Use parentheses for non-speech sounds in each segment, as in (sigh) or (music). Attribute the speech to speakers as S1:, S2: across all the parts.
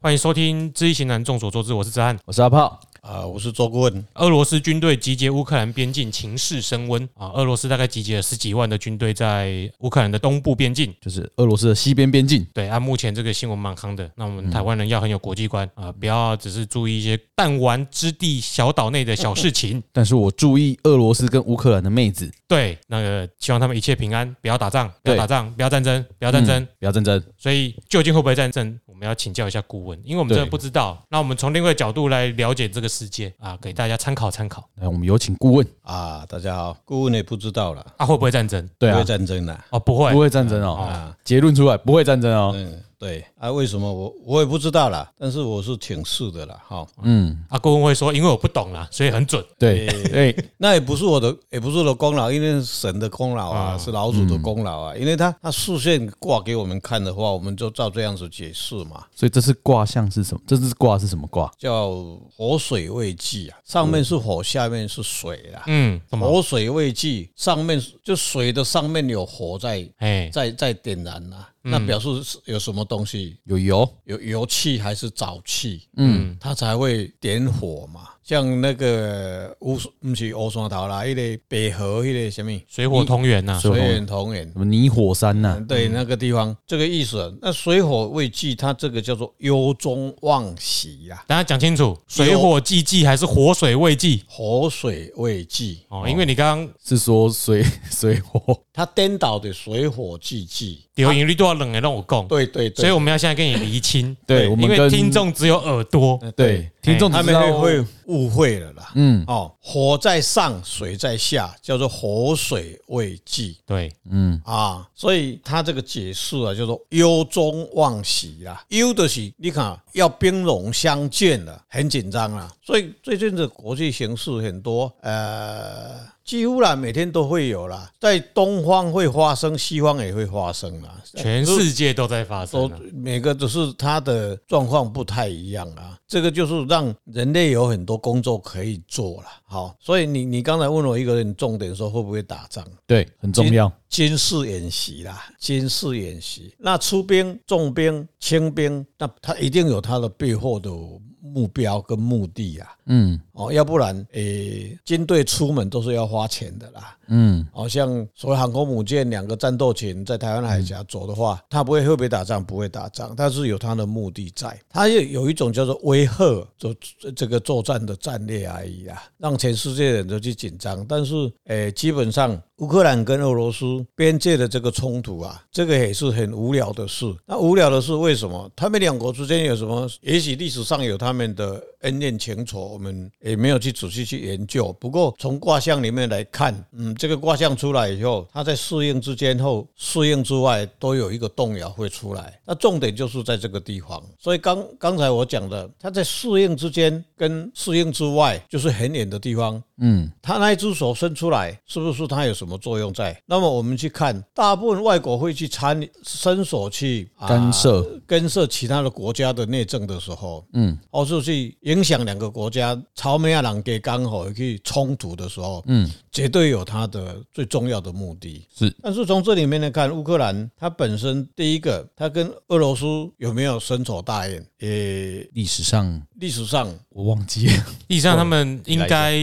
S1: 欢迎收听《知易行难》，众所周知，我是哲翰。
S2: 我是阿炮，
S3: 啊、我是周顾问，
S1: 俄罗斯军队集结乌克兰边境，情势升温啊！俄罗斯大概集结了十几万的军队在乌克兰的东部边境。
S2: 就是俄罗斯的西边边境，
S1: 对，按目前这个新闻蛮夯的，那我们台湾人要很有国际观啊，不要只是注意一些弹丸之地小岛内的小事情。
S2: 但是我注意俄罗斯跟乌克兰的妹子，
S1: (laughs) 对，那个希望他们一切平安，不要打仗，不要
S2: 对
S1: 打仗，不要战争，不要战争。
S2: 嗯不要战争，
S1: 所以究竟会不会战争，我们要请教一下顾问，因为我们真的
S2: 对
S1: 不知道。那我们从另外一个角度来了解这个世界啊，给大家参考参考。
S2: 哎来，我们有请顾问，
S3: 啊，大家好，顾问也不知道了，
S1: 啊，会不会战争？
S2: 对
S3: 不
S2: 啊
S3: 会，战争啦，
S1: 哦，不会
S2: 不，会战争哦
S3: 啊，
S2: 结论出来不会战争哦，
S3: 嗯，对啊，为什么我我也不知道啦，但是我是请示的啦，哈，
S2: 嗯，
S1: 啊，顾问会说，因为我不懂啦，所以很准。
S2: 对，哎，
S3: 那也不是我的，也不是我的功劳，因为是神的功劳啊，是老祖的功劳啊，因为他他视线挂给我们看的话，我们就照这样子解释嘛，
S2: 所以这次卦象是什么？这次卦是什么卦？
S3: 叫火水未济啊，上面是火，下面是水啦。
S1: 嗯，什么？
S3: 火水未济，上面就水的上面有火在
S1: 哎，
S3: 在在点燃啦、那表示是有什么东西
S2: 嗯有油，
S3: 有油气还是沼气，
S2: 嗯，
S3: 它才会点火嘛。像那个乌，不是乌山头啦，迄、个北河，迄个什么
S1: 水火同源呐。
S2: 水
S3: 水嗯
S2: 火
S3: 源同源
S2: 什，么泥火山呐？
S3: 对那个地方这个意思。啊那水火未济，它这个叫做忧中忘喜啊啦，
S1: 大家讲清楚，水火既济还是火水未济？
S3: 火水未济，
S1: 哦，因为你刚刚
S2: 是说水 (laughs) 水火，
S3: 它颠倒的水火既济。
S1: 留言率多少冷的让我供，
S3: 对对
S1: 所以
S3: 对，
S1: 我们要现在跟你厘清，
S2: 对我们
S1: 因为
S2: 跟
S1: 听众只有耳朵，
S2: 对，听众
S3: 他
S2: 只知
S3: 们
S2: 道
S3: 会会误会了啦。
S2: 嗯
S3: 哦，火在上，水在下，叫做火水未济。
S1: 对，
S2: 嗯，
S3: 啊，所以他这个解释啊，叫做忧中忘喜啦。忧的是你看要兵戎相见了，很紧张啦。所以最近的国际形势很多，呃，几乎啦每天都会有啦，在东方会发生，西方也会发生啦。
S1: 全世界都在发生
S3: 都
S1: 啊。
S3: 每个只是他的状况不太一样啊，这个就是让人类有很多工作可以做了。好，所以你你刚才问我一个很重点说会不会打仗？
S2: 对，很重要，
S3: 军事演习啦，军事演习。那出兵、重兵、轻兵，那他一定有他的背后的目标跟目的啊。
S2: 嗯
S3: 哦，要不然，诶、军队出门都是要花钱的啦。
S2: 嗯，
S3: 好、像所谓航空母舰两个战斗群在台湾海峡走的话，它不会会不会打仗，不会打仗，但是有它的目的在，它也有一种叫做威吓，就这个作战的战略而已啊，让全世界人都去紧张。但是，诶、基本上乌克兰跟俄罗斯边界的这个冲突啊，这个也是很无聊的事。那无聊的是为什么？他们两国之间有什么？也许历史上有他们的恩怨情仇，我们也没有去仔细去研究。不过从卦象里面来看，嗯，这个卦象出来以后，它在适应之间后，适应之外都有一个动摇会出来。那重点就是在这个地方。所以刚刚才我讲的，它在适应之间跟适应之外，就是很远的地方，他那一只手伸出来，是不是它有什么作用在？那么我们去看，大部分外国会去参与伸手去、啊
S2: 干涉，
S3: 干涉其他的国家的内政的时候，嗯，或是去影响两个国家朝美亚人给刚好去冲突的时候，嗯，绝对有它的最重要的目的。
S2: 是，
S3: 但是从这里面来看，乌克兰它本身第一个，它跟俄罗斯有没有深仇大怨？也
S2: 历史上
S3: 历史上
S2: 我忘记了，
S1: 历史上他们应该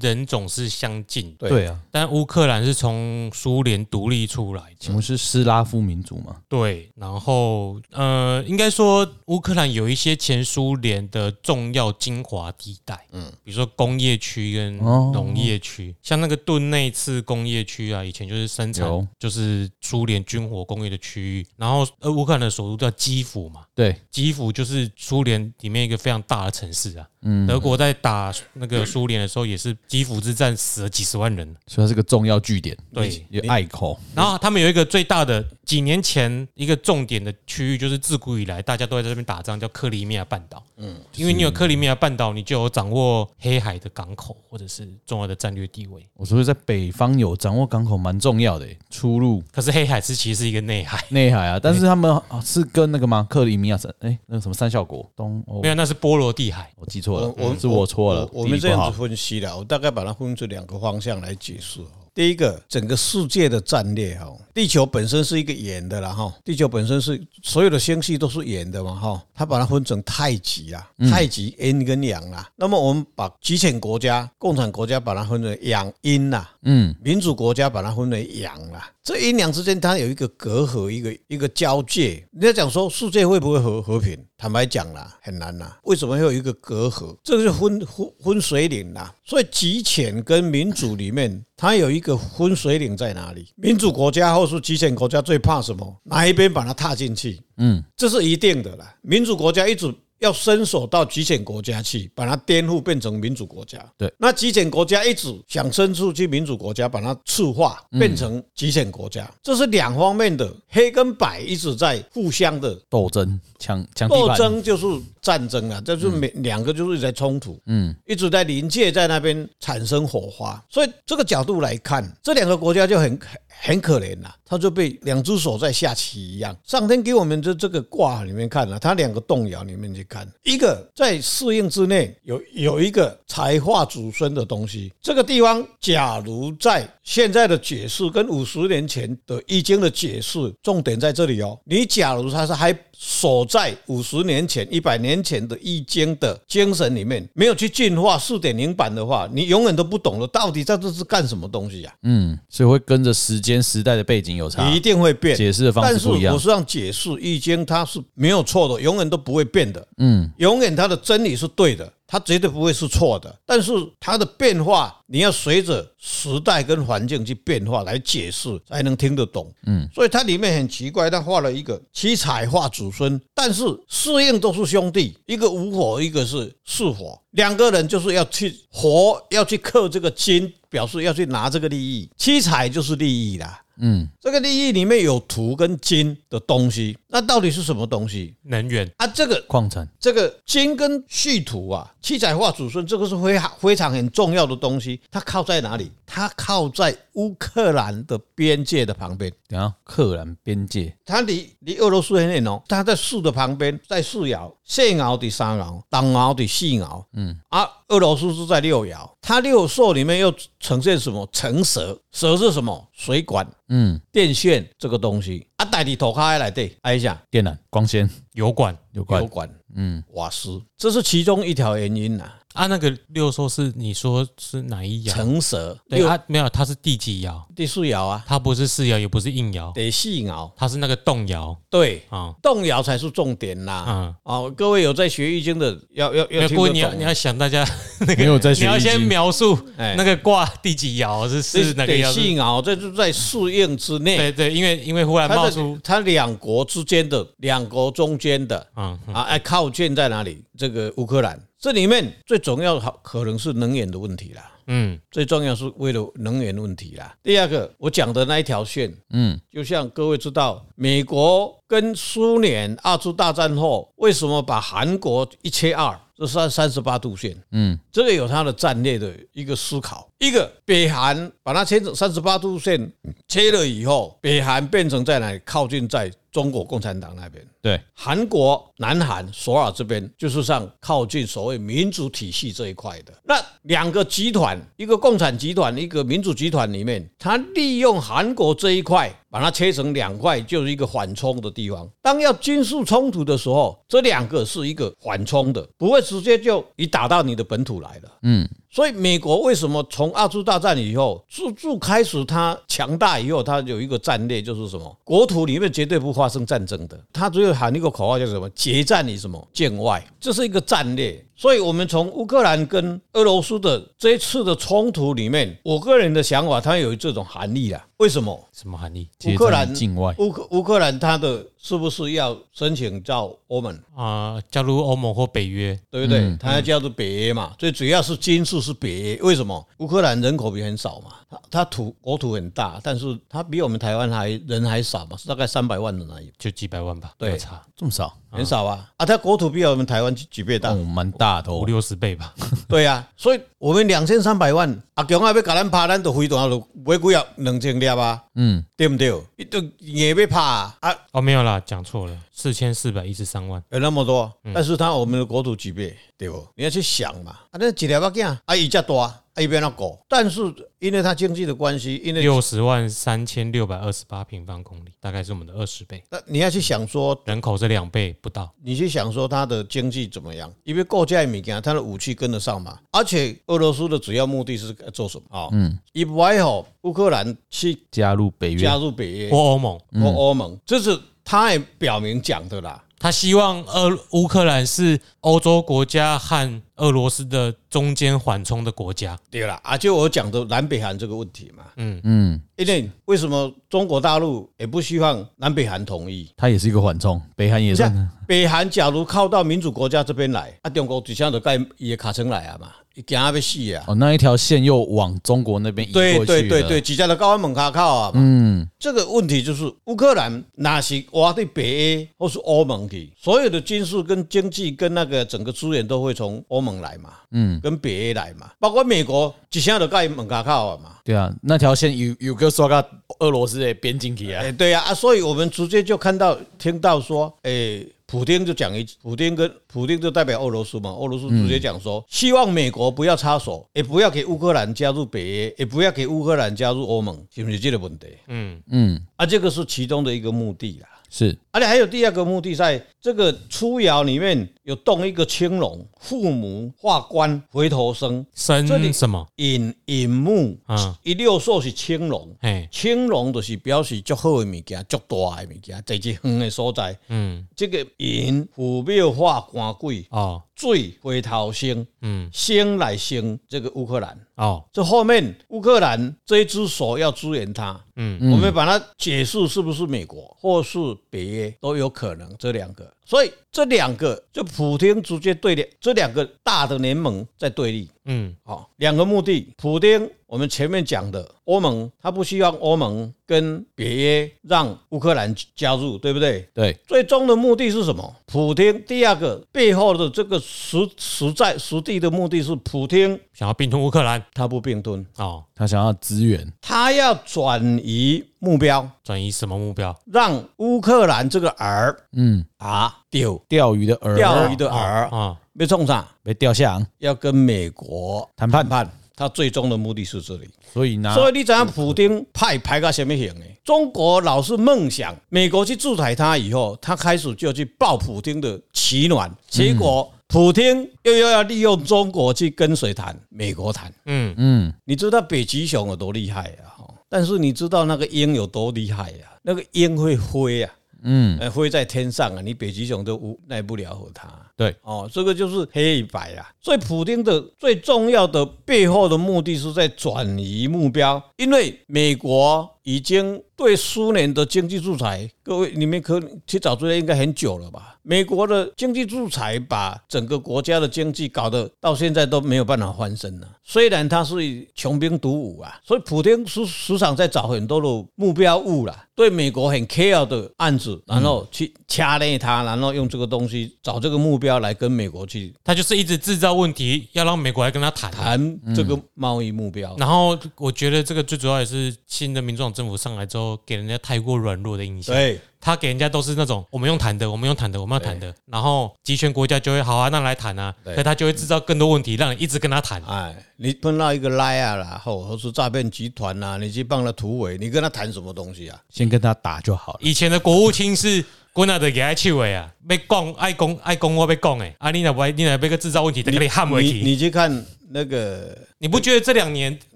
S1: 人种是相近，
S3: 对
S2: 啊，
S1: 但乌克兰是从苏联独立出来
S2: 请
S1: 的，
S2: 问是斯拉夫民族吗？
S1: 对，然后呃，应该说乌克兰有一些前苏联的重要精华地带，嗯，比如说工业区跟
S2: 哦
S1: 农业区，像那个顿内次工业区啊，以前就是生产
S2: 有
S1: 就是苏联军火工业的区域，然后呃，乌克兰的首都叫基辅嘛，
S2: 对，
S1: 基辅就是苏联里面一个非常大的城市啊。
S2: 嗯
S1: 德国在打那个苏联的时候，也是基辅之战死了几十万人。啊
S2: 所以它是个重要据点，
S1: 对
S2: 也隘口，
S1: 然后他们有一个最大的几年前一个重点的区域，就是自古以来大家都在这边打仗，叫克里米亚半岛。嗯，因为你有克里米亚半岛，你就有掌握黑海的港口或者是重要的战略地位。
S2: 我说在北方有掌握港口蛮重要的欸，出入
S1: 可是黑海是其实是一个内海，
S2: 内海啊，但是他们啊是跟那个吗？克里米亚三哎，那个什么三效国东欧
S1: 没，有，那是波罗的海。
S2: 我记错
S3: 我
S2: 了，
S3: 我
S2: 是我错了，
S3: 我我们
S2: 地
S3: 这
S2: 理不
S3: 样
S2: 好
S3: 子分析的，我大概把它分出两个方向来解释哦。第一个，整个世界的战略哈，地球本身是一个圆的啦哈，地球本身是所有的星系都是圆的嘛哈，它把它分成太极啊，
S2: 嗯
S3: 太极阴跟阳啦。那么我们把极权国家、共产国家把它分为阳阴啦，
S2: 嗯，
S3: 民主国家把它分为阳啦。这阴阳之间，它有一个隔阂，一个一个交界。人家讲说世界会不会和和平？坦白讲啦，很难啦。为什么会有一个隔阂？这个是分分分水岭啦。所以极权跟民主里面，它有一个分水岭在哪里？民主国家或是极权国家最怕什么？哪一边把它踏进去？
S2: 嗯，
S3: 这是一定的啦。民主国家一直要伸手到极权国家去，把它颠覆变成民主国家。
S2: 对，
S3: 那极权国家一直想伸出去民主国家，把它赤化变成极权国家，这是两方面的黑跟白一直在互相的
S2: 斗争抢抢地
S3: 斗
S2: 盘，
S3: 争，就是战争啊，这就是每两个就是在冲突。
S2: 嗯，
S3: 一直在临界在那边产生火花，所以这个角度来看，这两个国家就很很可怜了、他就被两只手在下棋一样。上天给我们这这个卦里面看了、啊他两个动摇里面去看，一个在适应之内有有一个才化祖孙的东西，这个地方假如在现在的解释跟五十年前的易经的解释，重点在这里哦。你假如他是还守在五十年前、一百年前的易经的精神里面，没有去进化四点零版的话，你永远都不懂了，到底这这是干什么东西呀、
S2: 嗯，所以会跟着时间时代的背景有差
S3: 你，一定会变。
S2: 解释的方
S3: 但
S2: 式
S3: 是
S2: 不一样
S3: 我，是让解释《易经》，它是没有错的，永远都不会变的，
S2: 嗯，
S3: 永远它的真理是对的，它绝对不会是错的。但是它的变化，你要随着时代跟环境去变化来解释，才能听得懂。嗯，所以它里面很奇怪，它画了一个七彩画祖孙，但是适应都是兄弟，一个无火，一个是是火，两个人就是要去火，要去克这个金，表示要去拿这个利益。七彩就是利益啦。
S2: 嗯，
S3: 这个利益里面有土跟金的东西，那到底是什么东西
S1: 能源
S3: 啊？这个
S2: 矿产，
S3: 这个金跟续土啊，七彩化祖孙，这个是非常非常很重要的东西。它靠在哪里？它靠在乌克兰的边界的旁边。
S2: 等一下克兰边界，
S3: 它离离俄罗斯很远哦，它在市的旁边，在四爻、谢爻第三爻、党爻第四爻，嗯，啊，俄罗斯是在六爻，它六兽里面又呈现什么？成蛇，蛇是什么？水管、
S2: 嗯，
S3: 电线这个东西，啊，带你头开来对，挨一下
S2: 电缆、光纤
S1: 油管
S2: 有关
S3: 啊油，管、
S2: 嗯，
S3: 瓦斯，这是其中一条原因呐、
S1: 啊，那个六兽是你说是哪一爻？
S3: 成蛇，
S1: 对
S3: 六
S1: 啊，没有，它是第几爻？
S3: 第四爻啊，
S1: 它不是四爻，也不是应爻，
S3: 得四爻，
S1: 它是那个动爻
S3: 对，
S1: 啊。
S3: 动摇才是重点呐。
S1: 嗯，
S3: 哦，各位有在学易经的，要要
S1: 没
S3: 要
S1: 有，
S3: 听
S1: 不过
S3: 得
S1: 你要
S3: 懂啊
S1: 你。要想大家那个
S2: 没有在学
S1: 你要
S2: 易
S1: 先
S2: 经
S1: 描述
S3: 哎
S1: 那个卦第几爻是是哪个
S3: 得
S1: 爻
S3: 四
S1: 是？
S3: 爻，这就在适应之内。
S1: 对对，因为因为忽然
S3: 它
S1: 冒
S3: 的
S1: 出，
S3: 它两国之间的，两国中间的
S1: 嗯，
S3: 啊，哎，靠近在哪里？这个乌克兰，这里面最重要好可能是能源的问题啦。
S1: 嗯，
S3: 最重要是为了能源问题啦。第二个，我讲的那一条线，
S2: 嗯，
S3: 就像各位知道，美国跟苏联二次大战后，为什么把韩国一切二？这是三十八度线，
S2: 嗯，
S3: 这个有它的战略的一个思考。一个北韩把它切成三十八度线切了以后，北韩变成在哪里？靠近在中国共产党那边。
S2: 对，
S3: 韩国、南韩、首尔这边，就是上靠近所谓民主体系这一块的。那两个集团，一个共产集团，一个民主集团里面，他利用韩国这一块，把它切成两块，就是一个缓冲的地方。当要军事冲突的时候，这两个是一个缓冲的，不会直接就一打到你的本土来了。
S2: 嗯，
S3: 所以美国为什么从二次大战以后，自自开始它强大以后，它有一个战略就是什么？国土里面绝对不发生战争的，它只有喊一个口号叫什么？决战于什么境外，这是一个战略。所以，我们从乌克兰跟俄罗斯的这一次的冲突里面，我个人的想法，它有这种含义啦。为什么？
S1: 什么含义
S3: 乌克兰
S2: 接在境外，
S3: 乌克乌克兰它的是不是要申请到欧盟？
S1: 啊？加入欧盟或北约，
S3: 对不
S2: 嗯
S3: 对？它要叫做北约嘛，最主要是军事是北约。为什么？乌克兰人口比很少嘛，它它土国土很大，但是它比我们台湾还人还少嘛，是大概三百万人而已，
S1: 就几百万吧，
S3: 对
S1: 没有差
S2: 这么少，
S3: 很少啊。啊，它国土比我们台湾几几倍大
S2: 哦，？蛮大的
S1: 五
S2: 哦，
S1: 六十倍吧。
S3: (laughs) 对啊，所以我们两千三百万，阿强啊要甲咱拍，咱就飞弹就买几啊两千粒啊，
S2: 嗯，
S3: 对不对？伊就硬要拍啊，啊
S1: 哦，没有啦，啦，讲错了，四千四百一十三万。
S3: 有那么多，但是它我们的国土几倍，对不？你要去想嘛，啊，那几条要件啊，一家多啊，一边那狗，但是因为它经济的关系，因为
S1: 六十万三千六百二十八平方公里，大概是我们的二十倍，
S3: 那你要去想说，
S1: 人口是两倍不到。
S3: 你去想说它的经济怎么样，因为构架物件，它的武器跟得上嘛。而且俄罗斯的主要目的是做什么啊？嗯，以外好乌克兰去
S2: 加入北约
S3: 加，入北约
S1: 或欧盟，
S3: 或欧盟，这是他也表明讲的啦。
S1: 他希望俄乌克兰是欧洲国家和俄罗斯的中间缓冲的国家。
S3: 对啦，啊，就我讲的南北韩这个问题嘛，
S2: 嗯，
S3: 因为为什么中国大陆也不希望南北韩统一？
S2: 它也是一个缓冲，北韩也
S3: 这
S2: 算
S3: 样，北韩假如靠到民主国家这边来，啊，中国底下就盖伊的卡层来啊嘛，伊惊要死啊！
S2: 哦，那一条线又往中国那哦边移过去
S3: 对
S2: 了
S3: 对对对，，几家的高安门卡靠啊嘛。
S2: 嗯，
S3: 这个问题就是乌克兰哪是挖对北 A 或是欧盟去，所有的军事跟经济跟那个整个资源都会从欧盟来嘛，嗯，跟北 A 来嘛，包括美国一下就盖门卡靠啊嘛。
S2: 对啊，那条线有有个刷到俄罗斯的边境去啊
S3: 哎、，对呀、啊，所以我们直接就看到听到说，哎、普丁就讲一，普丁跟普丁就代表俄罗斯嘛，俄罗斯直接讲说，希望美国不要插手，也不要给乌克兰加入北约，哎也不要给乌克兰加入欧盟，是不是这个问题？
S1: 嗯，
S2: 嗯，
S3: 啊，这个是其中的一个目的啦。
S2: 是
S3: 而且还有第二个目的在，这个初爻里面有动一个青龙，父母化官回头生，这里
S1: 生什么？
S3: 引引木，
S1: 啊
S3: 一六兽是青龙，
S1: 哎，
S3: 青龙就是表示足好的物件、足大的物件，在一远的所在。
S1: 嗯，
S3: 这个银虎庙化官鬼，
S1: 哦，
S3: 水回头星，
S1: 嗯，
S3: 星来星这个乌克兰。
S1: 哦，
S3: 这后面乌克兰这一只手要支援它，
S1: 嗯
S3: 我们把它解释是不是美国或是北约都有可能这两个，所以这两个就普京直接对立，这两个大的联盟在对立。
S1: 嗯，
S3: 好，啊两个目的，普丁，我们前面讲的欧盟，他不希望欧盟跟北约让乌克兰加入，对不对？
S2: 对，
S3: 最终的目的是什么？普丁第二个背后的这个实实在实地的目的是，普丁
S1: 想要并吞乌克兰，
S3: 他不并吞，
S1: 哦，
S2: 他想要资源，
S3: 他要转移目标，
S1: 转移什么目标？
S3: 让乌克兰这个饵
S2: 嗯，
S3: 啊丢
S2: 钓鱼的饵，
S3: 钓鱼的
S1: 啊
S3: 饵
S1: 啊，
S3: 被冲上，
S2: 被钓下岸，
S3: 要跟美国
S2: 谈判
S3: 判，他最终的目的是这里。
S2: 所以拿
S3: 所以你知影普丁派派到什么型的？中国老是梦想美国去制裁他以后，他开始就去抱普丁的取暖，结果普丁又又要利用中国去跟谁谈？美国谈。
S1: 嗯，
S2: 嗯，
S3: 你知道北极熊有多厉害啊？哈但是你知道那个鹰有多厉害呀、啊？那个鹰会飞啊，
S2: 嗯，
S3: 呃飞在天上啊，你北极熊都无耐不了它。
S2: 对，
S3: 哦，这个就是黑与白啊。所以普丁的最重要的背后的目的是在转移目标，因为美国已经对苏联的经济制裁，各位你们可去找资料应该很久了吧？美国的经济制裁把整个国家的经济搞得到现在都没有办法翻身了。虽然它是穷兵黩武啊，所以普丁时时常在找很多的目标物啦，对美国很 care 的案子，然后去掐累它，然后用这个东西找这个目标来跟美国去
S1: 他就是一直制造问题，要让美国来跟他谈。
S3: 谈这个贸易目标。
S1: 然后我觉得这个最主要也是新的民主党政府上来之后，给人家太过软弱的印象。
S3: 对，
S1: 他给人家都是那种我们用谈的，我们用谈的，我们要谈的，然后集权国家就会好啊，那来谈啊，
S3: 对
S1: 可他就会制造更多问题，让你一直跟他谈。
S3: 哎，你碰到一个赖啊啦，或或是诈骗集团啊，你去帮他突围，你跟他谈什么东西啊？
S2: 先跟他打就好了，
S1: 以前的国务卿是国内的给爱去的啊，被讲爱讲爱讲我被讲哎，啊你哪不你哪被个制造问题，得给你喊回
S3: 你
S1: 去。
S3: 你去看那个，
S1: 你不觉得这两年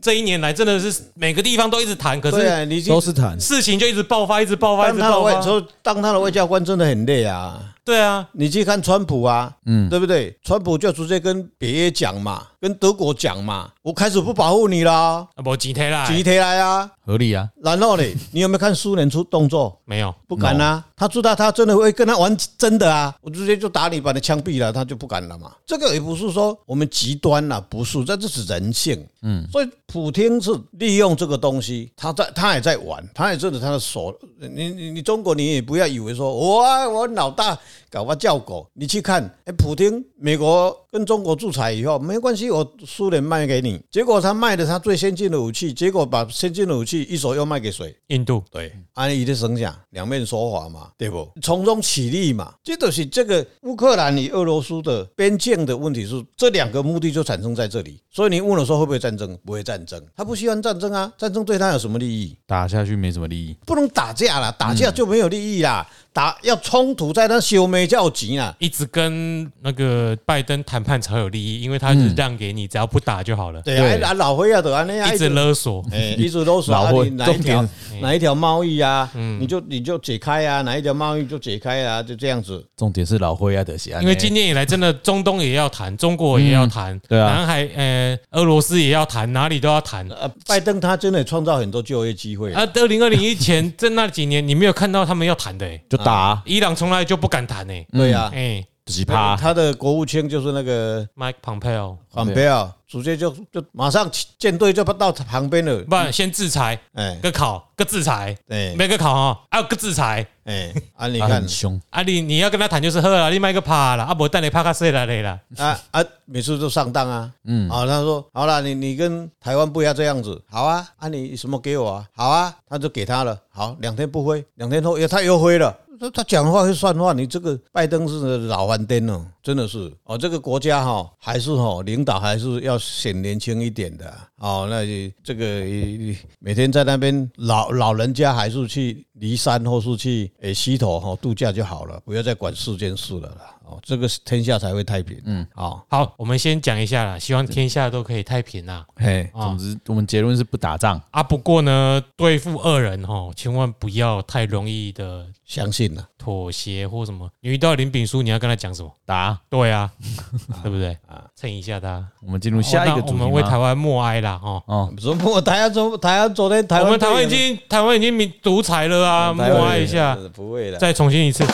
S1: 这一年来真的是每个地方都一直谈，可
S3: 对
S1: 是
S3: 啊，你去
S2: 都是谈，
S1: 事情就一直爆发，一直爆发，一
S3: 当
S1: 直
S3: 他的
S1: 爆
S3: 外，
S1: 发。
S3: 说当他的外交官真的很累啊。
S1: 对啊，
S3: 你去看川普啊，嗯，对不对？川普就直接跟北约讲嘛，跟德国讲嘛，我开始不保护你啦，
S1: 啊不几天啦，
S3: 集体来啊。
S2: 合理啊，
S3: 然后呢，你有没有看苏联出动作？
S1: 没有，
S3: 不敢啊，他知道他真的会跟他玩真的啊，我直接就打你，把你枪毙了，他就不敢了嘛。这个也不是说我们极端啦、不是，这就是人性。嗯，所以普京是利用这个东西，他在他也在玩，他也真的他的手，你你你中国你也不要以为说我我老大搞个叫狗。你去看，哎，普丁，美国跟中国制裁以后，没关系，我苏联卖给你，结果他卖了他最先进的武器，结果把先进的武器一手又卖给谁？
S1: 印度
S3: 对，安利的省下两面说法嘛，对不？从中起立嘛，这都是这个乌克兰与俄罗斯的边境的问题是这两个目的就产生在这里。所以你问我说会不会战争？不会战争，他不希望战争啊，战争对他有什么利益？
S2: 打下去没什么利益。
S3: 不能打架啦，打架就没有利益啦，打要冲突在那修眉叫急啦。
S1: 一直跟那个拜登谈判才有利益，因为他是让给你，只要不打就好了，
S3: 对
S2: 对
S3: 啊，啊老灰啊，都安尼啊，
S1: 一直勒索。
S3: 哎，一直都是
S2: 老
S3: 啊，
S2: 会
S3: 你哪一条
S2: 重
S3: 哪一条贸易啊，你就你就解开啊，哪一条贸易就解开啊，就这样子。
S2: 重点是老灰啊亚德西安，哎
S1: 因为今年以来，真的中东也要谈，中国也要谈，
S2: 对啊
S1: 南海呃，俄罗斯也要谈，哪里都要谈。
S3: 呃，拜登他真的创造很多就业机会，
S1: 啊，二零二零以前， (laughs) 在那几年，你没有看到他们要谈的、欸，
S2: 就
S3: 啊
S2: 打啊
S1: 伊朗从来就不敢谈诶、
S3: 对呀、啊，
S1: 哎、
S2: 几
S3: 他
S2: 趴，
S3: 他的国务卿就是那个
S1: m i k e Pompeo，
S3: 蓬佩奥，直接就就马上舰队就到他旁边了，
S1: 不然先制裁，
S3: 哎
S1: 个考个制裁，
S3: 哎
S1: 每个考哈，啊个制裁，
S3: 哎，啊你
S2: 他
S3: 看
S2: 很凶，
S1: 啊你你要跟他谈就是喝了，你买个怕啦，啊不带你怕卡死了嘞啦，
S3: 啊啊，每次都上当啊，嗯，啊他说好了，你你跟台湾不要这样子，好啊，啊你什么给我啊，好啊，他就给他了，好，两天不挥，两天后又哎他又挥了。他他讲话会算话，你这个拜登是老翻颠了，真的是哦。这个国家哈、还是哈、领导还是要显年轻一点的啊哦。那也这个也每天在那边老老人家还是去骊山或是去诶溪头哈、度假就好了，不要再管世间事了啦。哦，这个天下才会太平。嗯，好，
S1: 好，我们先讲一下啦，希望天下都可以太平啦。
S3: 嘿，
S1: 啊
S2: 总之我们结论是不打仗，
S1: 啊，不过呢，对付恶人哦，千万不要太容易的
S3: 相信了
S1: 妥协或什么。你遇到林炳书，你要跟他讲什么？
S2: 打。
S1: 对啊，对不对？啊，蹭一下他。
S2: 我们进入下一
S1: 哦那
S2: 个主
S1: 我
S2: 题吗
S1: 们为台湾默哀啦，哦。
S2: 哦，
S3: 怎么我台湾昨台湾昨天台湾
S1: 我们台湾已
S3: 队
S1: 经台湾已经民独裁了啊，
S3: 员
S1: 默
S3: 台湾
S1: 哀一下，
S3: 呃不会了。
S1: 再重新一次。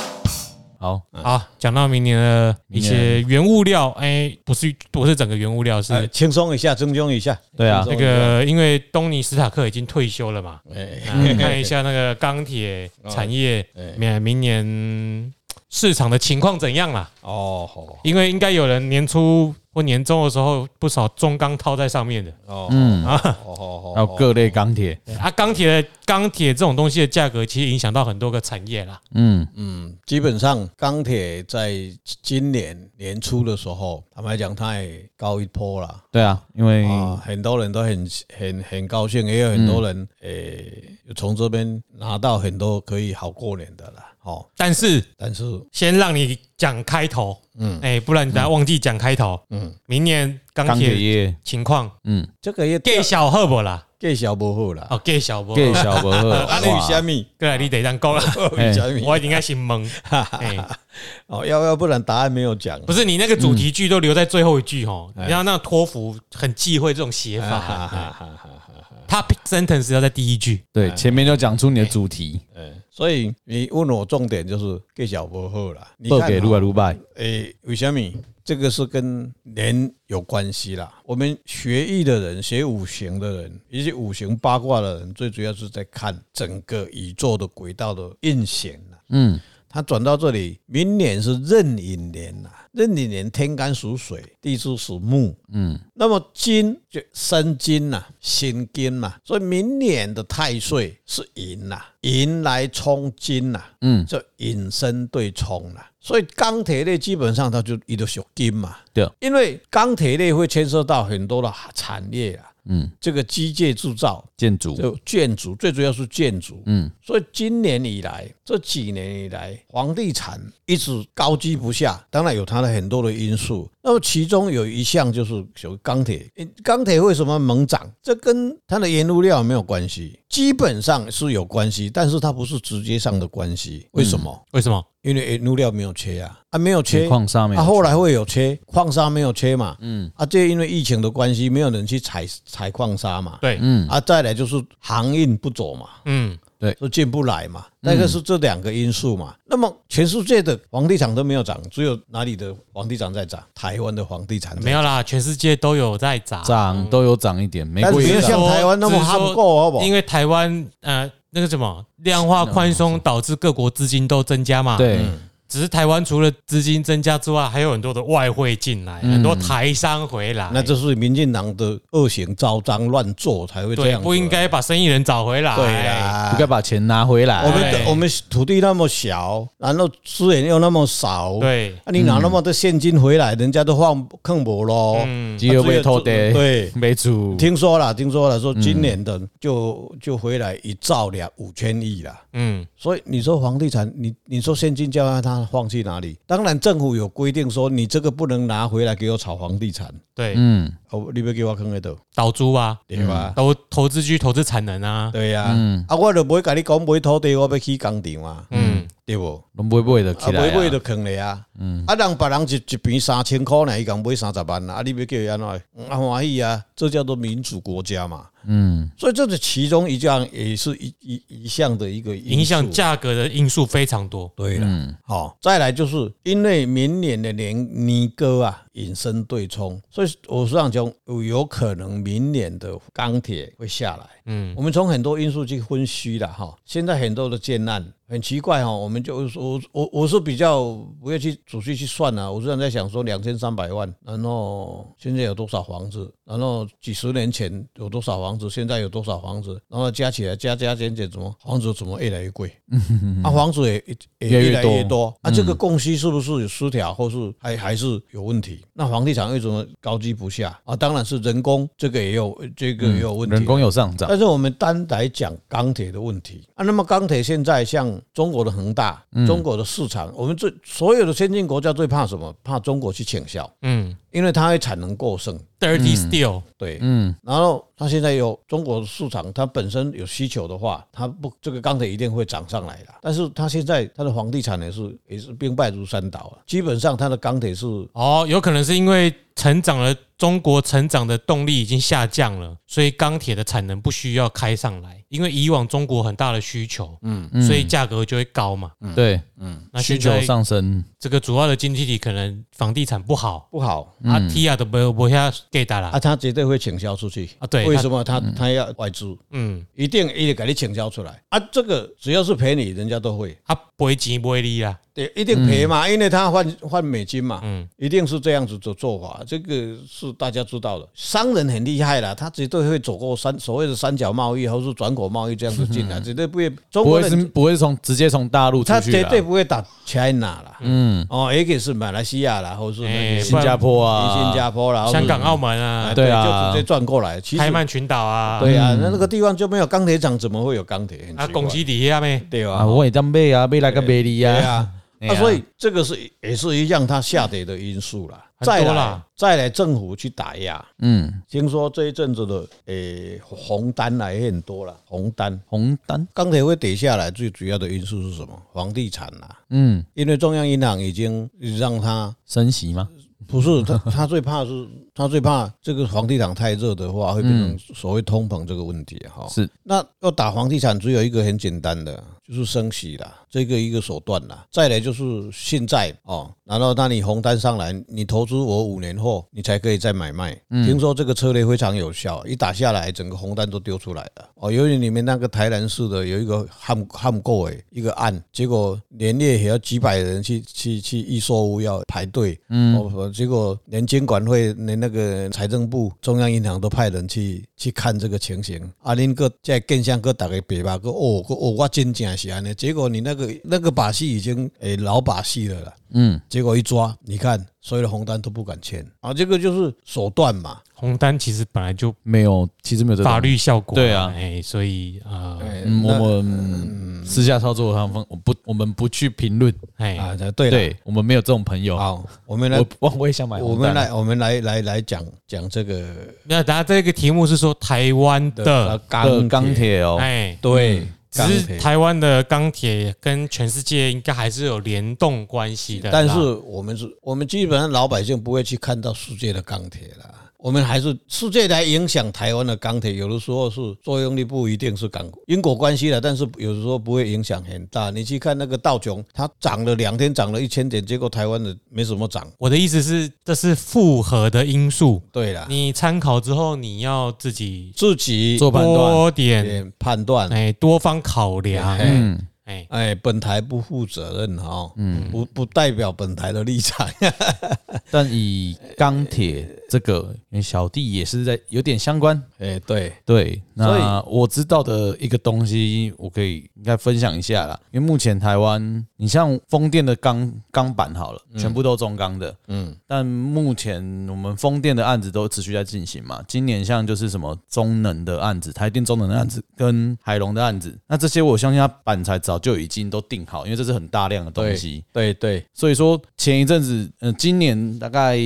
S2: 好，
S1: 好，讲到明年的一些原物料，哎，不是不是整个原物料，
S3: 呃
S1: 是
S3: 轻松一下，轻松一下。
S2: 对啊
S1: 那个，因为东尼史塔克已经退休了嘛，
S3: 哎，
S1: 啊看一下那个钢铁产业
S3: 哎
S1: 明明年市场的情况怎样啦？
S3: 哦，好，
S1: 因为应该有人年初或年终的时候不少中钢套在上面的
S3: 哦，
S2: 嗯，
S3: 好好好，
S2: 还有各类钢铁，
S1: 啊，钢铁的钢铁这种东西的价格其实影响到很多个产业啦。
S2: 嗯，
S3: 嗯，基本上钢铁在今年年初的时候，坦白讲，它也高一波了。
S2: 对啊，因
S1: 嗯
S2: 为
S3: 啊，很多人都很很很高兴，也有很多人
S1: 嗯
S3: 诶，从这边拿到很多可以好过年的啦。哦，
S1: 但是
S3: 但是
S1: 先让你讲开头，嗯，哎、不然你等下忘记讲开头，嗯，明年钢
S2: 钢铁
S1: 铁
S2: 业，
S1: 情况
S2: 嗯，
S3: 这个也
S1: gay 小赫不啦？
S3: 给小不好啦。
S1: 哦，gay 小波，
S2: 给小伯赫，
S3: (laughs) 啊，你有虾
S2: 哇，
S3: 米？
S1: 过来你得当够了，
S3: 有虾米？
S1: 我应该先懵，哎、
S3: 哦，要要不然答案没有讲。
S1: 不是你那个主题句都留在最后一句哦，你知道那托福很忌讳这种写法、
S3: 哈哈
S1: 啊，
S3: 哈哈哈哈。
S1: 他 sentence 要在第一句，
S2: 对，
S3: 哎
S2: 前面就讲出你的主题，
S3: 嗯，所以你问我重点就是给小不好啦。你
S2: 不
S3: 看
S2: 给
S3: 哦
S2: 撸啊撸拜，
S3: 诶、为什么？这个是跟人有关系啦。我们学艺的人、学五行的人，以及五行八卦的人，最主要是在看整个宇宙的轨道的运行啦。
S2: 嗯，
S3: 它转到这里，明年是壬寅年呐、壬寅年天干属水，地支属木，
S2: 嗯，
S3: 那么金就生金呐、辛金嘛、所以明年的太岁是寅呐、寅来冲金呐、
S2: 嗯，
S3: 就引申对冲啦。所以钢铁类基本上它就一都属金嘛，
S2: 对，
S3: 因为钢铁类会牵涉到很多的产业啊，
S2: 嗯，
S3: 这个机械制造、
S2: 建筑，
S3: 就建筑，最主要是建筑，
S2: 嗯，
S3: 所以今年以来，这几年以来，房地产一直高居不下，当然有它的很多的因素。那么其中有一项就是属于钢铁，诶钢铁为什么猛涨？这跟它的原物料没有关系，基本上是有关系，但是它不是直接上的关系。为什么？
S1: 为什么？
S3: 因为原物料没有缺啊，啊没有缺
S2: 情，况上面
S3: 啊，后来会有缺，矿砂没有缺嘛，
S2: 嗯
S3: 嗯，啊，这因为疫情的关系，没有人去采采矿砂嘛，
S1: 对，
S2: 嗯
S3: 啊，再来就是航运不走嘛，
S1: 嗯，
S3: 就进不来嘛，那个是这两个因素嘛。那么全世界的房地产都没有涨，只有哪里的房地产在涨？台湾的房地产
S1: 没
S3: 有，
S1: 有啦，全世界都有在涨，
S2: 涨都有涨一点，美
S3: 嗯但是
S2: 国
S3: 没
S2: 也
S3: 有
S1: 只是
S2: 涨，
S3: 像
S1: 说
S3: 台湾那么啊
S1: 只是说
S3: 哈不够，好不好
S1: 因？为台湾呃那个什么量化宽松导致各国资金都增加嘛，
S3: 嗯
S2: 对，
S1: 只是台湾除了资金增加之外，还有很多的外汇进来，很多台商回来。
S3: 嗯那这是民进党的恶行昭彰乱做才会这
S1: 对，
S3: 样子啊，
S1: 不应该把生意人找回来。
S3: 对啊啦，
S2: 不该把钱拿回
S3: 我
S2: 来。
S3: 们的
S1: 对
S3: 我们土地那么小，然后资源又那么少，
S1: 对
S3: 啊，你拿那么多现金回来，人家都放啊坑我喽。
S1: 嗯，
S2: 机会被偷嗯的，
S3: 对
S2: 没煮，
S3: (laughs) 听说了，听说了，说今年的就就回来一兆两五千亿啦。
S1: 嗯，
S3: 所以你说房地产，你你说现金交让它放去哪里？当然政府有规定说，你这个不能拿回来给我炒房地产，
S1: 对，
S2: 嗯，
S3: 哦，你别给我坑里头，
S1: 岛猪啊，
S3: 对吧？
S1: 都投资去投资产能啊，
S3: 对呀、
S2: 嗯
S3: 啊，我就不会跟你讲买土地，我要起工厂嘛，
S1: 嗯，
S3: 对不？
S2: 拢买买的
S3: 啊，
S2: 起来
S3: 买
S2: 啊
S3: 买就坑你啊！啊，人别人一一平三千块呢，伊共买三十万啊，啊，你要叫伊安怎样？嗯啊，欢喜啊！这叫做民主国家嘛。
S2: 嗯，
S3: 所以这是其中一项，也是一一一项的一个因素
S1: 影响。价格的因素非常多。
S3: 对了，好、再来就是因为明年的年尼哥啊引申对冲，所以我是想讲，有有可能明年的钢铁会下来。
S1: 嗯
S3: 我们从很多因素去分析了哈。现在很多的建案很奇怪哈，我们就我我我是比较不要去仔细去算了、我虽然在想说两千三百万，然后现在有多少房子，然后几十年前有多少房子，现在有多少房子，然后加起来加加减减，怎么房子怎么越来越贵？啊，房子也也
S2: 嗯越来
S3: 也
S2: 越
S3: 越来越
S2: 多嗯
S3: 多啊，这个供需是不是有失调，或是还还是有问题？那房地产为什么高居不下啊？当然是人工这个也有这个也有问题，
S2: 人工有上涨，
S3: 但是我们单来讲钢铁的问题啊，那么钢铁现在像中国的恒大、中国的市场，我们最所有的先进国家最怕什么？怕中国去倾销，
S1: 嗯
S3: 因为它会产能过剩。
S1: ，dirty steel，
S3: 对，
S2: 嗯，
S3: 然后它现在有中国的市场，它本身有需求的话，它不这个钢铁一定会涨上来的。但是它现在它的房地产也是也是兵败如山倒啊，基本上它的钢铁是
S1: 哦，有可能是因为成长了，中国成长的动力已经下降了，所以钢铁的产能不需要开上来，因为以往中国很大的需求，嗯，所以价格就会高嘛。
S3: 嗯
S2: 对，
S1: 那
S2: 需
S1: 现
S2: 求
S1: 在
S2: 上升，
S1: 这个主要的经济体可能房地产不好，
S3: 不好
S1: 啊，T 都没没下给大
S3: 嗯啊，
S1: 啦，
S3: 它绝对会倾销出去
S1: 啊对
S3: 为
S1: 它
S3: 什么它它要外资？
S1: 嗯，
S3: 一定一定给你请教出来啊！这个只要是赔你，人家都会，
S1: 啊，不会急不会利啊啦，
S3: 对，一定赔嘛，因为他换换美金嘛，
S1: 嗯
S3: 一定是这样子的做法，这个是大家知道的。商人很厉害啦，他绝对会走过三所谓的三角贸易，或是转口贸易这样子进来，
S1: 嗯
S3: 绝对不会
S2: 不
S3: 中国
S2: 会是
S3: 人。
S2: 不会从直接从大陆出
S3: 他
S2: 去
S3: 绝对
S2: 的，
S3: 不会打 China 啦，嗯，哦，也可以是马来西亚啦，或是那
S1: 哎
S3: 个
S1: 不
S2: 新
S1: 然
S2: 加坡啊，
S3: 新加坡啦，或是
S1: 香港、澳门啊
S3: 哎，
S2: 对啊
S3: 就直接转过来。其实
S1: 开，曼群岛啊，
S3: 对啊，那那个地方就没有钢铁厂，怎么会有钢铁？很
S1: 啊，
S3: 奇怪
S1: 拱基底下咩，
S3: 对吧？
S2: 啊，我也当买啊，买来个买你
S3: 对
S2: 啊，
S3: 啊，
S2: 哎
S3: 那、
S2: 呀
S3: 所以这个是也是一样它下跌的因素啦。
S1: 很多
S3: 再来
S1: 啦，
S3: 再来政府去打压，
S2: 嗯，
S3: 听说这一阵子的诶、红单啦也很多啦，红单。
S2: 红单，
S3: 钢铁会跌下来，最主要的因素是什么？房地产啦，
S2: 嗯，
S3: 因为中央银行已经让它
S2: 升息吗？
S3: 不 (laughs) 是它，它最怕是它最怕这个房地产太热的话，会变成所谓通膨这个问题啊哈。
S2: 是，
S3: 那要打房地产，只有一个很简单的，就是升息啦，这个一个手段啦。再来就是现在哦，然后那你红单上来，你投资我五年后，你才可以再买卖。听说这个策略非常有效，一打下来，整个红单都丢出来了。哦，由于你们那个台南市的有一个汉汉购诶一个案，结果连夜也要几百人去去去预售屋要排队，嗯，哦，结果连监管会连那个财政部、中央银行都派人去去看这个情形。啊，恁个在更像个大家白吧，个哦个哦，我真正是安尼。结果你那个那个把戏已经诶、老把戏了啦。
S2: 嗯，
S3: 结果一抓，你看所有的红单都不敢签啊，这个就是手段嘛。
S1: 红单其实本来就
S2: 没有，其实没有这种
S1: 法，律效果，
S2: 对啊
S1: 哎，所以啊，
S3: 哎
S2: 嗯，
S3: 那
S2: 我们私下操作的方法，我不，我们不去评论，
S1: 哎，
S3: 啊，对了，
S2: 对我们没有这种朋友，
S3: 好，我们来
S2: 我我我也想买
S3: 我
S2: 红
S3: 们
S2: 单啊，
S3: 来我们来来来讲讲这个
S1: 那大家这个题目是说台湾
S3: 呃
S1: 的，
S2: 的钢铁哦，
S1: 哎，
S3: 对，
S1: 只
S3: 钢
S1: 是
S3: 铁
S1: 台湾的钢铁跟全世界应该还是有联动关系的啦，
S3: 但是我们是，我们基本上老百姓不会去看到世界的钢铁啦。我们还是世界来影响台湾的钢铁，有的时候是作用力不一定是港因果关系的，但是有的时候不会影响很大。你去看那个道琼，它涨了两天，涨了一千点，结果台湾的没什么涨。
S1: 我的意思是，这是复合的因素，
S3: 对啦，
S1: 你参考之后，你要自己
S3: 自己
S2: 做判断，
S1: 多点
S3: 点判断，
S1: 哎哎多方考量，
S3: 嗯，
S1: 哎，
S3: 哎，本台不负责任哈、嗯，不不代表本台的立场。 (laughs)
S2: 但以钢铁这个，因为小弟也是在有点相关。
S3: 哎，对，
S2: 对，
S3: 所以
S2: 那我知道的一个东西，我可以应该分享一下啦。因为目前台湾，你像风电的钢钢板好了，全部都中钢的，
S3: 嗯，
S2: 但目前我们风电的案子都持续在进行嘛。今年像就是什么中能的案子、台电中能的案子跟海龙的案子，那这些我相信它板材早就已经都定好，因为这是很大量的东
S3: 对
S2: 西。
S3: 对对，
S2: 所以说前一阵子，呃，今年大概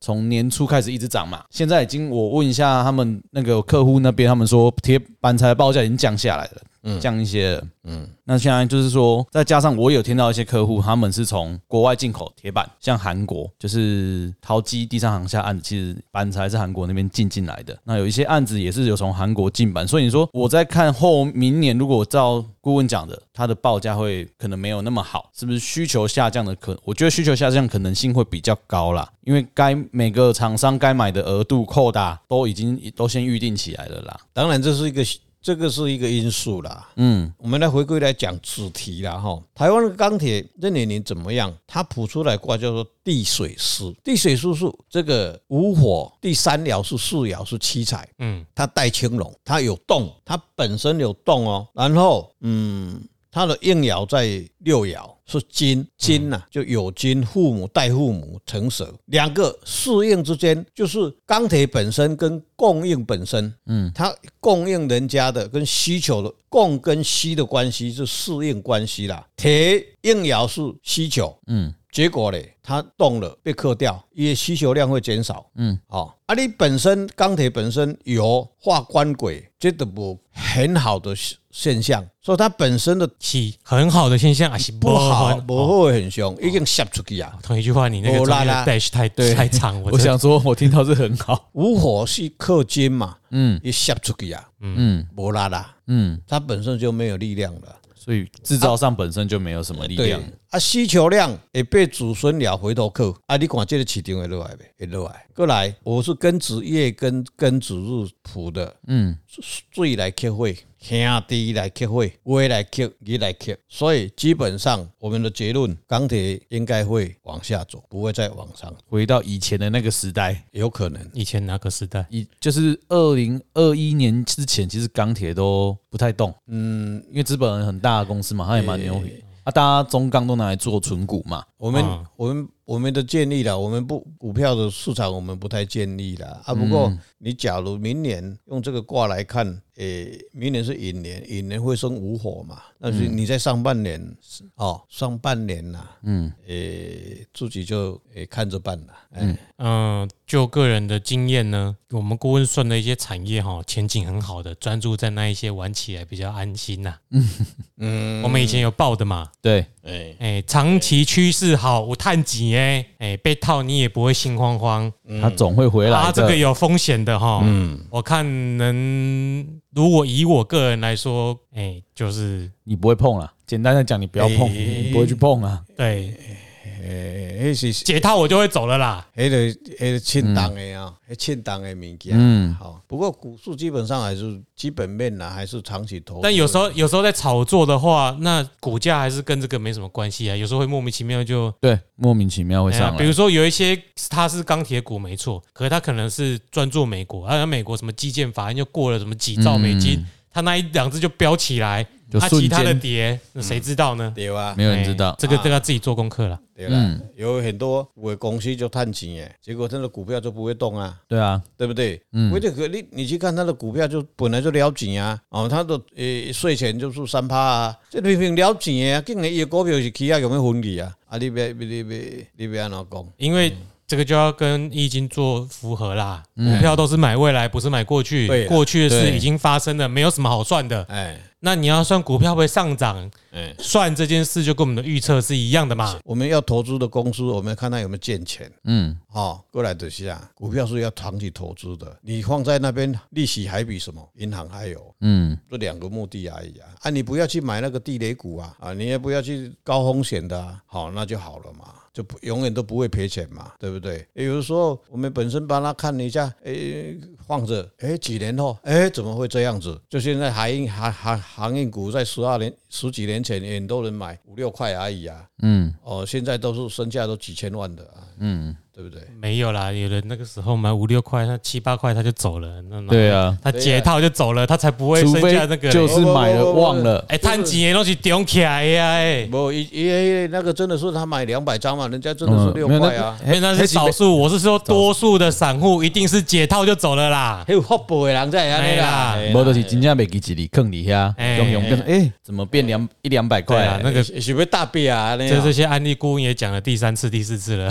S2: 从年初开始一直涨嘛，现在已经我问一下他们那个客户那边，他们说贴板材的报价已经降下来了。降一些了，嗯，那现在就是说，再加上我有听到一些客户，他们是从国外进口铁板，像韩国，就是淘机第三行下案子，其实板材是韩国那边进进来的。那有一些案子也是有从韩国进板，所以你说我在看后明年，如果照顾问讲的，它的报价会可能没有那么好，是不是需求下降的可？我觉得需求下降可能性会比较高啦，因为该每个厂商该买的额度扣打都已经都先预定起来了啦。
S3: 当然这是一个这个是一个因素啦。
S2: 嗯，
S3: 我们来回归来讲主题啦哈，台湾的钢铁任年龄怎么样？它谱出来卦叫做地水师，地水师是这个无火，第三爻是四爻是七彩，
S1: 嗯，
S3: 它带青龙，它有动，它本身有动哦。然后，嗯，它的应爻在六爻是金，金呐、就有金，父母带父母成蛇，两个适应之间，就是钢铁本身跟供应本身，嗯，它供应人家的跟需求的供跟需的关系是适应关系啦。铁应爻是需求，
S2: 嗯，
S3: 结果嘞，它动了被克掉，也需求量会减少。
S2: 嗯，
S3: 哦，啊，你本身钢铁本身有化官鬼，这都不很好的现象，所以它本身的
S1: 是很好的现象，还啊是
S3: 不好，
S1: 很
S3: 不
S1: 哦
S3: 会很凶，已经泄出去啊。
S1: 同一句话，你那个
S3: 不
S1: 中
S3: 啦
S1: 间的
S3: 啦
S1: dash 太
S3: 对
S1: 太长，我
S2: 我
S1: 真的
S2: 想说，我听到是很好。
S3: 无火是克金嘛，
S2: 嗯
S3: 也泄出去啊，
S2: 嗯
S3: 无啦啦，
S2: 嗯，
S3: 它本身就没有力量了。
S2: 所以制造上本身就没有什么力
S3: 对
S2: 量。
S3: 啊，需求量会被子孙了回头客啊，你看这个市场会落来呗，会落来。过来，我是庚子月跟庚子日谱的，
S2: 嗯，
S3: 水来克会，兄弟来克会，威来克，你来克，所以基本上我们的结论，钢铁应该会往下走，不会再往上，
S2: 回到以前的那个时代，
S3: 有可能。
S1: 以前哪个时代？
S2: 以就是二零二一年之前，其实钢铁都不太动。嗯，因为资本很大的公司嘛，它也蛮牛皮。啊，大家中钢都拿来做存股嘛，
S3: 我们、
S1: 嗯
S3: 我们我们的建议啦，我们不股票的市场我们不太建议啦啊。不过你假如明年用这个卦来看，诶、明年是寅年，寅年会生午火嘛，但是你在上半年、哦，上半年呐、嗯，诶、自己就诶、看着办啦，嗯，
S1: 嗯，就个人的经验呢，我们顾问算的一些产业哈，前景很好的，专注在那一些玩起来比较安心呐。嗯，我们以前有报的嘛，
S2: 对，
S3: 诶、
S1: 哎，长期趋势好，我探几哎，哎，被套你也不会心慌慌。
S2: 它总会回
S1: 啊，
S2: 来
S1: 这个
S2: 的。
S1: 有风险的哈。嗯，我看能，如果以我个人来说，哎，就是
S2: 你不会碰啦，简单的讲，你不要碰，
S3: 哎
S2: 你不会去碰啊。
S1: 对
S3: 诶，迄是
S1: 解套我就会走了啦。
S3: 迄个迄个欠当的啊，迄欠当的物件。
S2: 嗯
S3: 好，不过股市基本上还是基本面啦，还是长期投资。
S1: 但有时候有时候在炒作的话，那股价还是跟这个没什么关系啊。有时候会莫名其妙就
S2: 对，莫名其妙会
S1: 哎呀
S2: 上
S1: 比
S2: 来。
S1: 如说有一些它是钢铁股没错，可是它可能是专注美国，而、啊、美国什么基建法案又过了什么几兆美金，它那一两只就飙起来，
S2: 嗯就
S1: 它、
S2: 瞬
S1: 其他的
S2: 间
S1: 跌，那谁知道呢？
S3: 对啊
S2: 没，有人
S1: 哎
S2: 知道，
S1: 这个这个要自己做功课了。
S3: 对啦，有很多有的公司就探钱诶，结果它的股票就不会动啊，
S2: 对啊，
S3: 对不对？嗯，而且可你你去看它的股票就本来就了钱啊，哦，它的诶税前就是三趴啊，这明明了钱啊，竟然伊股票是起啊，有没有分去啊？啊，你别你别你别安怎讲？
S1: 因为这个就要跟易经做符合啦。
S2: 嗯
S1: 股票都是买未来，不是买过
S3: 对
S1: 去。
S3: 啦
S1: 过去的事
S3: 对
S1: 已经发生了，没有什么好算的。
S3: 哎
S1: 那你要算股票会上涨，
S3: 哎。
S1: 算这件事就跟我们的预测是一样的嘛。
S3: 我们要投资的公司，我们要看它有没有见钱。
S2: 嗯，
S3: 哦，过来等下，股票是要长期投资的，你放在那边利息还比什么银行还有，
S2: 嗯，
S3: 这两个目的而已啊。啊，你不要去买那个地雷股啊，啊，你也不要去高风险的、啊，好，那就好了嘛，就不永远都不会赔钱嘛，对不对？有的时候我们本身帮他看了一下，诶、放着，诶、几年后，诶、怎么会这样子？就现在还还还还航运股在十二年、十几年前也很多人买五六块而已啊，
S2: 嗯，
S3: 哦，现在都是身价都几千万的啊，嗯，对不对？
S1: 没有啦，有人那个时候买五六块，他七八块他就走了，那那
S2: 对，啊，
S1: 他解套就走了，他才不会
S2: 除
S1: 剩
S2: 非
S1: 下那个嘞。
S2: 就是买了
S3: 不不不不
S2: 忘了，
S1: 哎，探几年都是顶起来呀，哎，
S3: 不，一一那个真的是他买两百张嘛，人家真的是
S2: 嗯
S3: 六
S2: 没有
S3: 块啊，
S1: 因为哦那是少数，我是说多数的散户一定是解套就走了啦。
S3: 还有发博的哎人在那啦，
S1: 没
S2: 无就是真正袂记一里坑底下，
S1: 哎
S2: 用用跟哎，怎么变两一两百
S1: 对
S2: 块
S1: 啊，那个
S3: 是不是大币啊？那
S1: 这
S3: 样
S1: 这些案例顾问也讲了第三次、第四次了，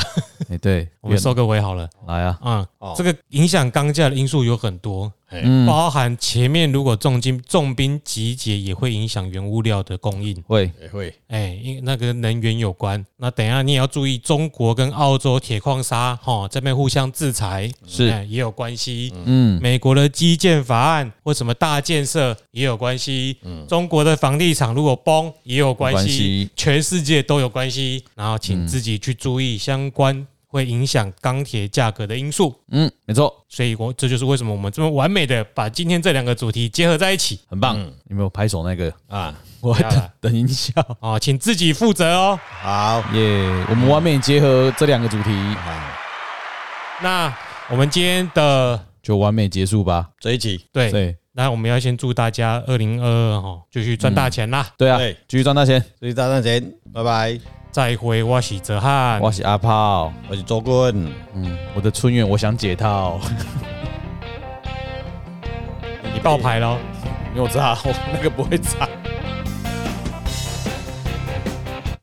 S2: 哎，对，
S1: 我们收个尾好了。
S2: 来啊，
S1: 啊
S3: 哦，
S1: 这个影响钢价的因素有很多，
S2: 嗯，
S1: 包含前面如果重金重兵集结，也会影响原物料的供应。
S2: 喂，
S3: 也会
S1: 哎，因那个能源有关，那等一下你也要注意，中国跟澳洲铁矿砂哈这边互相制裁
S2: 是
S1: 哎也有关系。
S2: 嗯，
S1: 美国的基建法案或什么大建设也有关系，中国的房地产如果崩也有关
S2: 嗯有关
S1: 系
S2: 系，
S1: 全世界都有关系。然后请自己去注意相关会影响钢铁价格的因素。
S2: 嗯，没错，
S1: 所以我这就是为什么我们这么完美的把今天这两个主题结合在一起
S2: 很棒，有没有拍手那个？
S3: 啊，
S2: 我
S1: 不要
S2: 等
S1: 了
S2: 等音效，
S1: 哦，请自己负责哦。
S3: 好
S2: 耶，我们完美结合这两个主题，
S3: 啊，
S1: 那我们今天的
S2: 就完美结束吧。
S3: 这一集
S1: 对，
S2: 对
S1: 那我们要先祝大家二零二二哈，就去赚大钱啦！
S2: 对啊
S3: 对，
S2: 继续赚大钱。
S3: 这一大赚钱，拜拜，
S1: 再会，我是泽汉，
S2: 我是阿炮，
S3: 我是周棍，
S2: 嗯，我的春愿我想解套，
S1: 你爆牌喽。
S2: 因为我知道我那个不会涨。